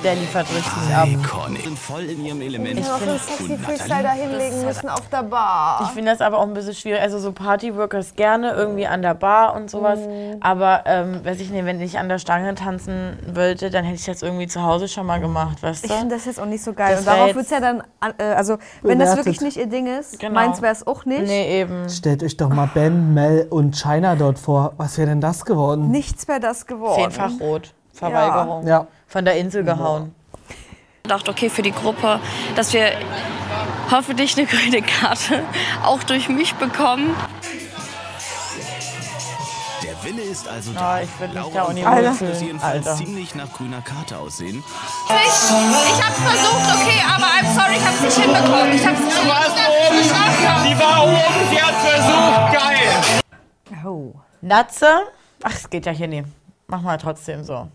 [SPEAKER 3] der liefert richtig ab.
[SPEAKER 19] Iconic. Sind voll in ihrem Element.
[SPEAKER 2] Ich hätte noch so einen sexy
[SPEAKER 19] Und
[SPEAKER 2] Freestyle da
[SPEAKER 19] Nathalie?
[SPEAKER 2] hinlegen müssen auf der Bar.
[SPEAKER 3] Ich finde das aber auch ein bisschen schwierig. Also so Partyworkers gerne irgendwie an der Bar und sowas.
[SPEAKER 2] Mhm.
[SPEAKER 3] Aber ähm, weiß ich nicht, wenn ich an der Stange tanzen wollte, dann hätte ich das irgendwie zu Hause schon mal gemacht, weißt du?
[SPEAKER 2] Ich finde das jetzt auch nicht so geil.
[SPEAKER 3] Das
[SPEAKER 2] Und
[SPEAKER 3] wär
[SPEAKER 2] darauf
[SPEAKER 3] jetzt-
[SPEAKER 2] wird es ja dann, an- äh, also wenn das
[SPEAKER 4] Bewertet.
[SPEAKER 2] wirklich nicht ihr Ding ist,
[SPEAKER 3] Genau.
[SPEAKER 2] meins wäre es auch nicht.
[SPEAKER 3] Nee, eben.
[SPEAKER 4] Stellt euch doch mal Ben, Mel und China dort vor. Was wäre denn das geworden?
[SPEAKER 2] Nichts wäre das geworden.
[SPEAKER 3] Zehnfach rot. Verweigerung.
[SPEAKER 4] Ja. Mhm. Ja.
[SPEAKER 3] Von der Insel gehauen.
[SPEAKER 11] Ich dachte, okay, für die Gruppe, dass wir hoffentlich eine grüne Karte auch durch mich bekommen.
[SPEAKER 19] Der Wille ist also da.
[SPEAKER 3] Ah, ich würd mich
[SPEAKER 19] Laura
[SPEAKER 3] da auch
[SPEAKER 19] und
[SPEAKER 3] nie
[SPEAKER 19] Tom
[SPEAKER 3] wohlfühlen,
[SPEAKER 19] muss jedenfalls
[SPEAKER 3] Alter.
[SPEAKER 19] ziemlich nach grüner Karte aussehen.
[SPEAKER 11] Ich, ich hab's versucht, okay, aber I'm sorry, ich hab's nicht hinbekommen. Ich hab's nicht geschafft.
[SPEAKER 14] Die war oben, die hat versucht, geil.
[SPEAKER 3] Oh. Natze? Ach, es geht ja hier nicht. Mach mal trotzdem so.
[SPEAKER 11] Ja,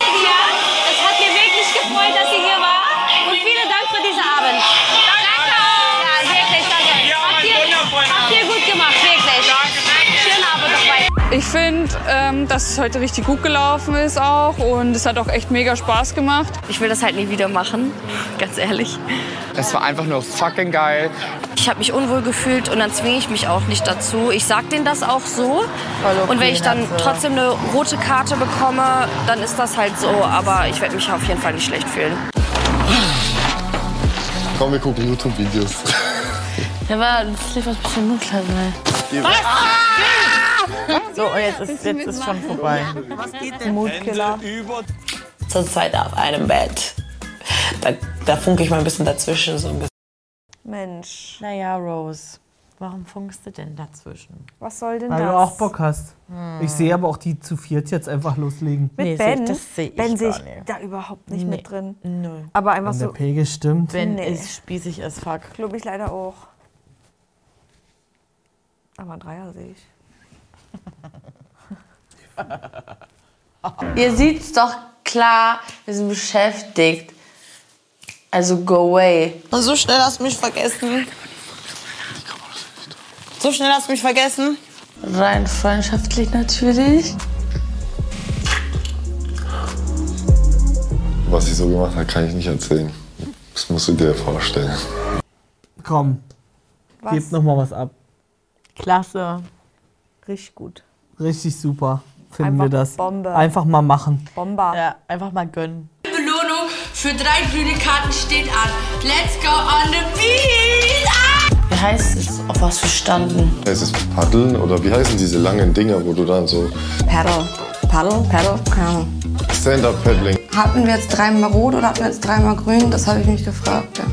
[SPEAKER 11] es hat mir wirklich gefreut, dass ihr hier war. Und vielen Dank für diesen Abend. Danke. Ja, wirklich, danke. Habt ihr, habt ihr gut gemacht, wirklich. Schönen Abend noch weiter.
[SPEAKER 12] Ich finde, ähm, dass es heute richtig gut gelaufen ist auch und es hat auch echt mega Spaß gemacht.
[SPEAKER 11] Ich will das halt nie wieder machen, ganz ehrlich.
[SPEAKER 10] Das war einfach nur fucking geil.
[SPEAKER 8] Ich habe mich unwohl gefühlt und dann zwinge ich mich auch nicht dazu. Ich sag denen das auch so.
[SPEAKER 11] okay,
[SPEAKER 8] und wenn ich dann
[SPEAKER 11] Natze.
[SPEAKER 8] trotzdem eine rote Karte bekomme, dann ist das halt so. Aber ich werde mich auf jeden Fall nicht schlecht fühlen.
[SPEAKER 7] Komm, wir gucken YouTube-Videos.
[SPEAKER 13] Ja, aber das lief was bisschen ne? unklar sein.
[SPEAKER 3] So, und jetzt ist, jetzt ist schon vorbei. Was geht denn? Mutkiller.
[SPEAKER 6] Zurzeit auf einem Bett. Da, da funke ich mal ein bisschen dazwischen, so ein bisschen.
[SPEAKER 2] Mensch.
[SPEAKER 3] Naja, Rose, warum funkst du denn dazwischen?
[SPEAKER 2] Was soll denn
[SPEAKER 4] Weil
[SPEAKER 2] das?
[SPEAKER 4] du auch Bock hast.
[SPEAKER 2] Hm.
[SPEAKER 4] Ich sehe aber auch die zu viert jetzt einfach loslegen.
[SPEAKER 2] Mit Ben, ben sehe ich da überhaupt nicht mit drin.
[SPEAKER 3] Nö.
[SPEAKER 2] Aber einfach
[SPEAKER 4] Wenn der
[SPEAKER 2] so,
[SPEAKER 4] Pegel stimmt.
[SPEAKER 3] Ben
[SPEAKER 2] Nee.
[SPEAKER 3] ist spießig as fuck.
[SPEAKER 2] glaube ich leider auch. Aber ein Dreier sehe ich.
[SPEAKER 13] Ihr seht's doch klar, wir sind beschäftigt. Also go away.
[SPEAKER 6] Und so schnell hast du mich vergessen. So schnell hast du mich vergessen.
[SPEAKER 13] Rein freundschaftlich natürlich.
[SPEAKER 7] Was ich so gemacht habe, kann ich nicht erzählen. Das musst du dir vorstellen.
[SPEAKER 4] Komm.
[SPEAKER 2] Was?
[SPEAKER 4] Gebt noch mal was ab.
[SPEAKER 3] Klasse.
[SPEAKER 2] Richtig gut.
[SPEAKER 4] Richtig super. Finden
[SPEAKER 2] Einfach
[SPEAKER 4] wir das.
[SPEAKER 2] Bombe.
[SPEAKER 4] Einfach mal machen.
[SPEAKER 2] Bomber.
[SPEAKER 3] Ja, einfach mal gönnen.
[SPEAKER 6] Belohnung für drei grüne Karten steht an. Let's go on the beach!
[SPEAKER 13] Wie heißt es? Auf was verstanden?
[SPEAKER 7] Heißt es Paddeln oder wie heißen diese langen Dinger, wo du dann so
[SPEAKER 20] Paddle. Paddle, Paddle, keine Ahnung.
[SPEAKER 7] Stand-Up-Paddling.
[SPEAKER 20] Hatten wir jetzt dreimal rot oder hatten wir jetzt dreimal grün? Das habe ich mich gefragt. Ja.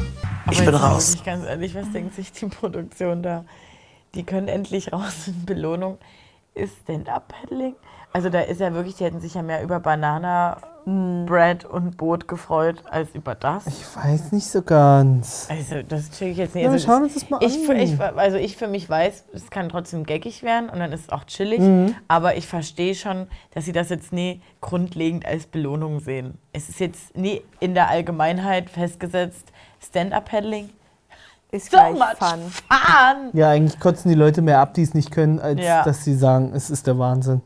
[SPEAKER 3] Ich bin raus. Ich ganz ehrlich, was denkt sich die Produktion da? Die können endlich raus in Belohnung. Ist Stand-Up-Paddling? Also da ist ja wirklich, die hätten sich ja mehr über Banana, Bread und Brot gefreut als über das. Ich
[SPEAKER 4] Weiß nicht so ganz.
[SPEAKER 3] Also das check ich jetzt nicht.
[SPEAKER 4] Ja,
[SPEAKER 3] also
[SPEAKER 4] wir schauen uns das mal
[SPEAKER 3] ich,
[SPEAKER 4] an.
[SPEAKER 3] Ich, also ich für mich weiß, es kann trotzdem geckig werden und dann ist es auch chillig.
[SPEAKER 4] Mhm.
[SPEAKER 3] Aber ich verstehe schon, dass sie das jetzt nie grundlegend als Belohnung sehen. Es ist jetzt nie in der Allgemeinheit festgesetzt, Stand-Up-Paddling
[SPEAKER 2] ist
[SPEAKER 3] so much fun.
[SPEAKER 4] Ja, eigentlich kotzen die Leute mehr ab, die es nicht können, als
[SPEAKER 3] Ja.
[SPEAKER 4] dass sie sagen, es ist der Wahnsinn.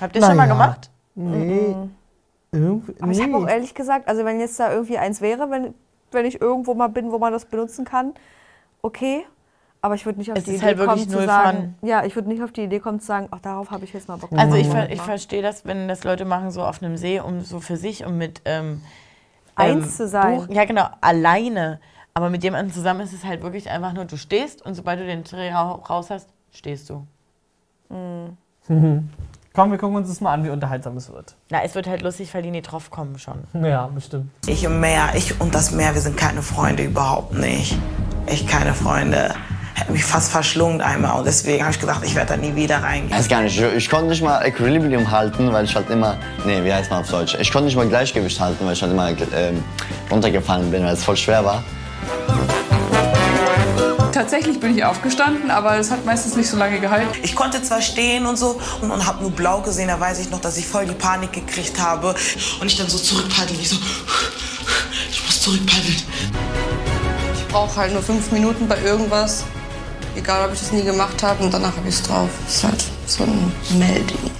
[SPEAKER 3] Habt ihr schon mal gemacht?
[SPEAKER 4] Nee. Irgendwie,
[SPEAKER 2] Aber ich habe auch
[SPEAKER 4] nee.
[SPEAKER 2] ehrlich gesagt, also wenn jetzt da irgendwie eins wäre, wenn, wenn ich irgendwo mal bin, wo man das benutzen kann, okay. Aber ich würde nicht auf
[SPEAKER 3] Es
[SPEAKER 2] die
[SPEAKER 3] ist
[SPEAKER 2] Idee
[SPEAKER 3] halt wirklich
[SPEAKER 2] kommen zu
[SPEAKER 3] null
[SPEAKER 2] sagen, ja, ich würde nicht auf die Idee kommen zu sagen, ach, darauf habe ich jetzt mal Bock.
[SPEAKER 3] Also ich, ver ich verstehe das, wenn das Leute machen, so auf einem See, um so für sich, um mit ähm,
[SPEAKER 2] Eins
[SPEAKER 3] ähm,
[SPEAKER 2] zu sein.
[SPEAKER 3] Buch- ja, genau, alleine. Aber mit jemandem zusammen ist es halt wirklich einfach nur, du stehst und sobald du den Träger raus hast, stehst du.
[SPEAKER 2] Hm.
[SPEAKER 4] Mhm. Komm, wir gucken uns das mal an, wie unterhaltsam es wird.
[SPEAKER 3] Na, es wird halt lustig, weil die nie drauf kommen schon.
[SPEAKER 4] Ja, bestimmt.
[SPEAKER 6] Ich und Meer, ich und das Meer, wir sind keine Freunde, überhaupt nicht. Echt keine Freunde. Hätte mich fast verschlungen einmal und deswegen habe ich gesagt, ich werde da nie wieder reingehen.
[SPEAKER 5] Weiß gar nicht, ich, ich konnte nicht mal Equilibrium halten, weil ich halt immer, nee, wie heißt man auf Deutsch? Ich konnte nicht mal Gleichgewicht halten, weil ich halt immer ähm, runtergefallen bin, weil es voll schwer war.
[SPEAKER 12] Tatsächlich bin ich aufgestanden, aber es hat meistens nicht so lange gehalten.
[SPEAKER 6] Ich konnte zwar stehen und so und, und habe nur blau gesehen, da weiß ich noch, dass ich voll die Panik gekriegt habe. Und ich dann so zurückpaddel, ich so, ich muss zurückpaddeln.
[SPEAKER 20] Ich brauche halt nur fünf Minuten bei irgendwas. Egal, ob ich das nie gemacht habe und danach habe ich es drauf. Ist halt so ein Melding.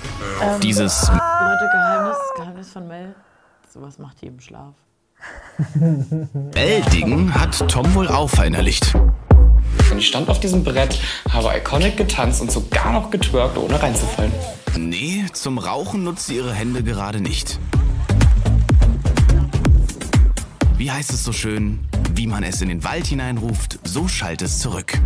[SPEAKER 8] Ähm,
[SPEAKER 19] Dieses
[SPEAKER 3] Ähm, Leute, Geheimnis, Geheimnis von Mel, sowas macht die im Schlaf.
[SPEAKER 19] Melding hat Tom wohl auch verinnerlicht.
[SPEAKER 10] Und ich stand auf diesem Brett, habe Iconic getanzt und sogar noch getwerkt, ohne reinzufallen.
[SPEAKER 19] Nee, zum Rauchen nutzt sie ihre Hände gerade nicht. Wie heißt es so schön? Wie man es in den Wald hineinruft, so schallt es zurück.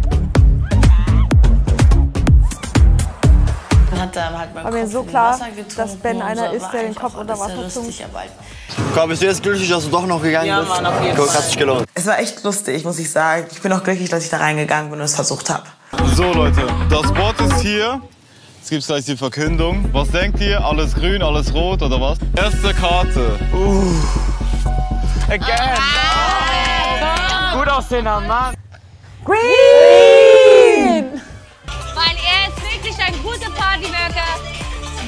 [SPEAKER 6] Dann hat er halt meinen
[SPEAKER 2] War mir
[SPEAKER 6] Kopf
[SPEAKER 2] so
[SPEAKER 6] in den
[SPEAKER 2] klar,
[SPEAKER 6] Wasser getrunken
[SPEAKER 2] dass Ben
[SPEAKER 6] und so,
[SPEAKER 2] einer
[SPEAKER 6] aber
[SPEAKER 2] ist, der den
[SPEAKER 6] eigentlich
[SPEAKER 2] Kopf
[SPEAKER 6] auch
[SPEAKER 2] unter
[SPEAKER 6] alles sehr
[SPEAKER 2] Wasser
[SPEAKER 6] lustig, aber halt
[SPEAKER 5] Komm, bist du jetzt glücklich, dass du doch noch gegangen
[SPEAKER 6] Ja,
[SPEAKER 5] bist?
[SPEAKER 6] Mann, auf jeden
[SPEAKER 5] Guck,
[SPEAKER 6] Fall.
[SPEAKER 5] hat sich gelohnt.
[SPEAKER 6] Es war echt lustig, muss ich sagen. Ich bin auch glücklich, dass ich da reingegangen bin und es versucht habe.
[SPEAKER 7] So Leute, das Boot ist hier. Jetzt gibt's gleich die Verkündung. Was denkt ihr? Alles grün, alles rot oder was? Erste Karte. Uh.
[SPEAKER 14] Again. Gut aussehender Mann.
[SPEAKER 11] Green! Weil er ist wirklich ein guter Partyworker.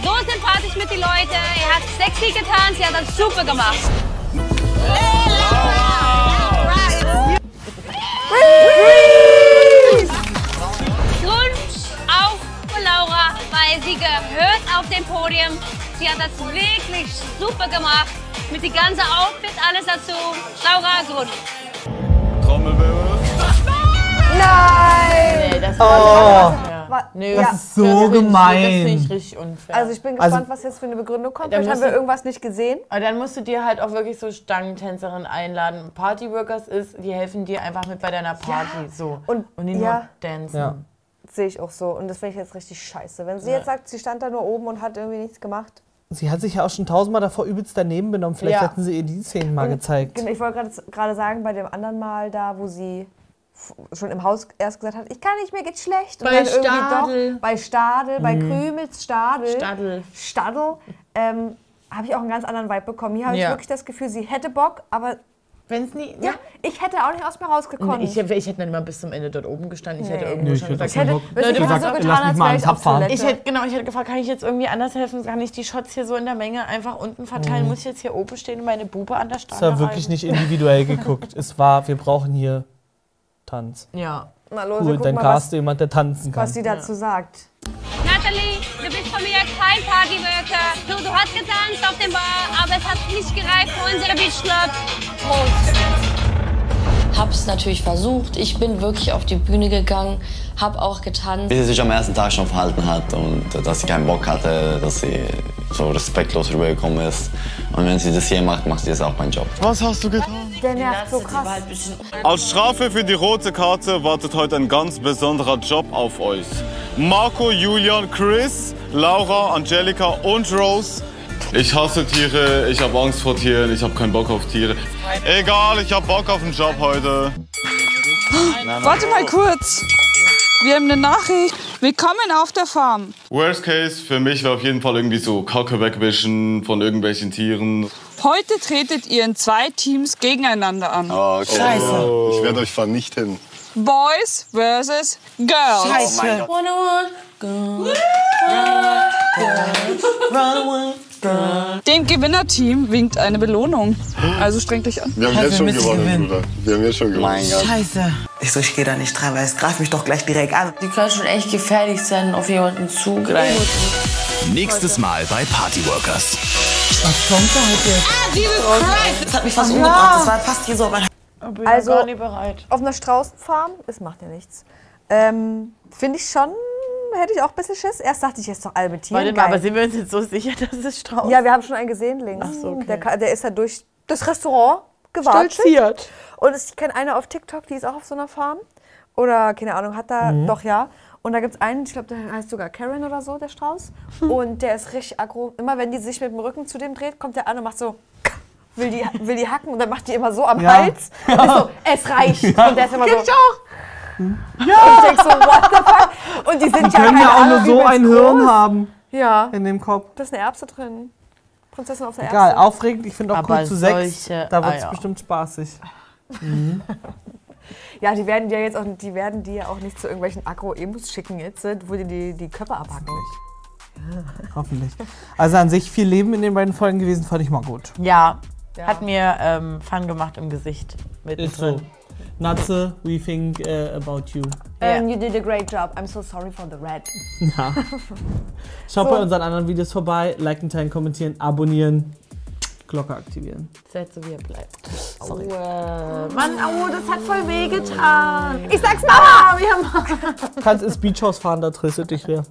[SPEAKER 11] So sympathisch mit den Leuten. Er hat sexy getanzt, er hat das super gemacht. Glückwunsch auf für Laura, weil sie gehört auf dem Podium. Sie hat das wirklich super gemacht. Mit dem ganzen Outfit, alles dazu. Laura, Grund.
[SPEAKER 7] Trommel. Trommelwirbel.
[SPEAKER 2] Nein!
[SPEAKER 3] Nee, das
[SPEAKER 4] Oh.
[SPEAKER 2] War-
[SPEAKER 3] Nee,
[SPEAKER 2] ja.
[SPEAKER 4] das ist so gemein.
[SPEAKER 3] Das finde ich richtig unfair.
[SPEAKER 2] Also ich bin gespannt, was jetzt für eine Begründung kommt. Vielleicht haben wir irgendwas nicht gesehen.
[SPEAKER 3] Aber dann musst du dir halt auch wirklich so Stangentänzerinnen einladen. Partyworkers ist, die helfen dir einfach mit bei deiner Party. So. Und, die
[SPEAKER 2] ja.
[SPEAKER 3] nur dancen.
[SPEAKER 2] Ja. Sehe ich auch so. Und das finde ich jetzt richtig scheiße. Wenn sie
[SPEAKER 4] Ja.
[SPEAKER 2] jetzt sagt, sie stand da nur oben und hat irgendwie nichts gemacht.
[SPEAKER 4] Sie hat sich ja auch schon tausendmal davor übelst daneben benommen. Vielleicht
[SPEAKER 2] Ja.
[SPEAKER 4] hätten sie ihr die Szenen mal gezeigt.
[SPEAKER 2] Genau, Ich wollte gerade- gerade sagen, bei dem anderen Mal da, wo sie f- schon im Haus erst gesagt hat, ich kann nicht, mir geht's schlecht.
[SPEAKER 3] Bei Stadel.
[SPEAKER 2] doch bei Stadel, bei
[SPEAKER 3] Mhm.
[SPEAKER 2] Krümels Stadel.
[SPEAKER 3] Stadel.
[SPEAKER 2] Stadel. Ähm, habe ich auch einen ganz anderen Vibe bekommen. Hier habe ich
[SPEAKER 3] Ja.
[SPEAKER 2] wirklich das Gefühl, sie hätte Bock, aber...
[SPEAKER 3] Wenn es nie...
[SPEAKER 2] Ja, ich hätte auch nicht aus mir rausgekommen.
[SPEAKER 3] Nee, ich, hätte- ich hätte dann mal bis zum Ende dort oben gestanden. Ich hätte
[SPEAKER 2] Nee.
[SPEAKER 3] irgendwo
[SPEAKER 4] Nee, ich
[SPEAKER 3] schon
[SPEAKER 4] hätte
[SPEAKER 3] gesagt,
[SPEAKER 4] auch keinen Bock. Ich hätte
[SPEAKER 3] Leute,
[SPEAKER 4] gesagt,
[SPEAKER 3] so
[SPEAKER 4] lass
[SPEAKER 3] getan,
[SPEAKER 4] mich
[SPEAKER 3] als
[SPEAKER 4] mal
[SPEAKER 3] wäre
[SPEAKER 4] einen
[SPEAKER 3] ich auf
[SPEAKER 4] Tag fahren.
[SPEAKER 3] Toilette. Ich hätte, genau, ich hätte gefragt, kann ich jetzt irgendwie anders helfen? Kann ich die Shots hier so in der Menge einfach unten verteilen?
[SPEAKER 4] Mhm.
[SPEAKER 3] Muss ich jetzt hier oben stehen und meine Bube an der
[SPEAKER 4] Es
[SPEAKER 3] Stange
[SPEAKER 4] war wirklich
[SPEAKER 3] halten?
[SPEAKER 4] nicht individuell geguckt. Es war, wir brauchen hier Tanz.
[SPEAKER 3] Ja.
[SPEAKER 2] Na, Lose,
[SPEAKER 4] Cool,
[SPEAKER 2] guck
[SPEAKER 4] dann
[SPEAKER 2] mal,
[SPEAKER 4] cast
[SPEAKER 2] was,
[SPEAKER 4] jemand, der tanzen kann.
[SPEAKER 2] was sie dazu sagt.
[SPEAKER 21] Natalie, du bist von mir kein Partyworker. Du, du hast getanzt auf dem Bar, aber es hat nicht gereicht für unsere Beach Club.
[SPEAKER 8] Hab's natürlich versucht. Ich bin wirklich auf die Bühne gegangen, hab auch getanzt.
[SPEAKER 5] Wie sie sich am ersten Tag schon verhalten hat und dass sie keinen Bock hatte, dass sie so respektlos rübergekommen ist. Und wenn sie das hier macht, macht sie das auch meinen Job.
[SPEAKER 7] Was hast du getan?
[SPEAKER 2] Der nervt so krass.
[SPEAKER 7] Als Strafe für die rote Karte wartet heute ein ganz besonderer Job auf euch. Marco, Julian, Chris, Laura, Angelika und Rose. Ich hasse Tiere, ich habe Angst vor Tieren, ich habe keinen Bock auf Tiere. Egal, ich habe Bock auf den Job heute.
[SPEAKER 12] Warte mal kurz. Wir haben eine Nachricht. Willkommen auf der Farm.
[SPEAKER 7] Worst Case für mich wäre auf jeden Fall irgendwie so Kacke wegwischen von irgendwelchen Tieren.
[SPEAKER 12] Heute tretet ihr in zwei Teams gegeneinander an.
[SPEAKER 16] Ah, Ich werde euch vernichten.
[SPEAKER 12] Boys versus Girls.
[SPEAKER 16] Scheiße. Oh mein Gott.
[SPEAKER 12] Dem Gewinnerteam winkt eine Belohnung. Also strengt euch an.
[SPEAKER 16] Wir haben jetzt schon gewonnen, Bruder. Wir haben jetzt schon gewonnen.
[SPEAKER 6] Ich so, ich gehe da nicht dran, weil es greift mich doch gleich direkt an.
[SPEAKER 13] Die können schon echt gefährlich sein und auf jemanden zugreifen.
[SPEAKER 19] Nächstes Mal bei Partyworkers.
[SPEAKER 6] Was kommt da heute? Das hat mich fast umgebracht. Das war fast hier so mein
[SPEAKER 3] bin
[SPEAKER 2] Also,
[SPEAKER 3] gar nicht bereit.
[SPEAKER 2] auf einer Straußenfarm, das macht ja nichts. Ähm, Finde ich schon, hätte ich auch ein bisschen Schiss. Erst dachte ich jetzt doch alle mit Tieren.
[SPEAKER 3] Warte mal,
[SPEAKER 2] geil.
[SPEAKER 3] aber sind wir uns jetzt so sicher, dass es Strauß
[SPEAKER 2] Ja, wir haben schon einen gesehen links. der, ka- der ist ja durch das Restaurant gewartet.
[SPEAKER 3] Stolziert.
[SPEAKER 2] Und es- ich kenne eine auf TikTok, die ist auch auf so einer Farm. Oder keine Ahnung, hat da
[SPEAKER 3] Mhm.
[SPEAKER 2] doch ja. Und da gibt es einen, ich glaube, der heißt sogar Karen oder so, der Strauß.
[SPEAKER 4] Hm.
[SPEAKER 2] Und der ist richtig aggro. Immer wenn die sich mit dem Rücken zu dem dreht, kommt der an und macht so, will die, will die hacken und dann macht die immer so am
[SPEAKER 3] Ja.
[SPEAKER 2] Hals. Und ist so, es reicht.
[SPEAKER 3] Ja.
[SPEAKER 2] Und der ist immer
[SPEAKER 3] Gibt's
[SPEAKER 2] so.
[SPEAKER 4] Ja.
[SPEAKER 2] Und ich denk so, what the fuck? Und die sind
[SPEAKER 4] Die
[SPEAKER 2] ja
[SPEAKER 4] können
[SPEAKER 2] keine
[SPEAKER 4] ja auch nur
[SPEAKER 2] Ahnung,
[SPEAKER 4] so
[SPEAKER 2] übelst
[SPEAKER 4] ein Hirn
[SPEAKER 2] groß.
[SPEAKER 4] haben.
[SPEAKER 2] Ja.
[SPEAKER 4] In dem Kopf.
[SPEAKER 2] Da ist eine Erbse drin. Prinzessin auf der Erbse.
[SPEAKER 4] Egal, aufregend. Ich finde auch
[SPEAKER 3] Aber
[SPEAKER 4] cool zu sechs.
[SPEAKER 3] solche
[SPEAKER 4] Da
[SPEAKER 2] Ah,
[SPEAKER 4] wird es
[SPEAKER 3] Eier.
[SPEAKER 4] bestimmt spaßig. Mhm.
[SPEAKER 2] Ja, die werden dir jetzt auch, die werden dir ja auch nicht zu irgendwelchen Agro-Emus schicken jetzt, äh, wo die die, die Köpfe abhacken.
[SPEAKER 4] Hoffentlich. Also an sich viel Leben in den beiden Folgen gewesen, fand ich mal gut.
[SPEAKER 3] Ja. Hat mir ähm, Fun gemacht im Gesicht.
[SPEAKER 4] Ist so.
[SPEAKER 3] Mittendrin.
[SPEAKER 4] Natze, we think äh, about you.
[SPEAKER 2] Um, you did a great job. I'm so sorry for the red.
[SPEAKER 4] Ja. Schaut
[SPEAKER 2] So.
[SPEAKER 4] bei unseren anderen Videos vorbei, liken, teilen, kommentieren, abonnieren, Glocke aktivieren.
[SPEAKER 3] Seid so, wie ihr bleibt.
[SPEAKER 4] Sorry.
[SPEAKER 3] Mann, au, das hat voll wehgetan.
[SPEAKER 2] Ich sag's Mama! Wir haben
[SPEAKER 4] Kannst ins Beachhaus fahren, da tröstet dich wer.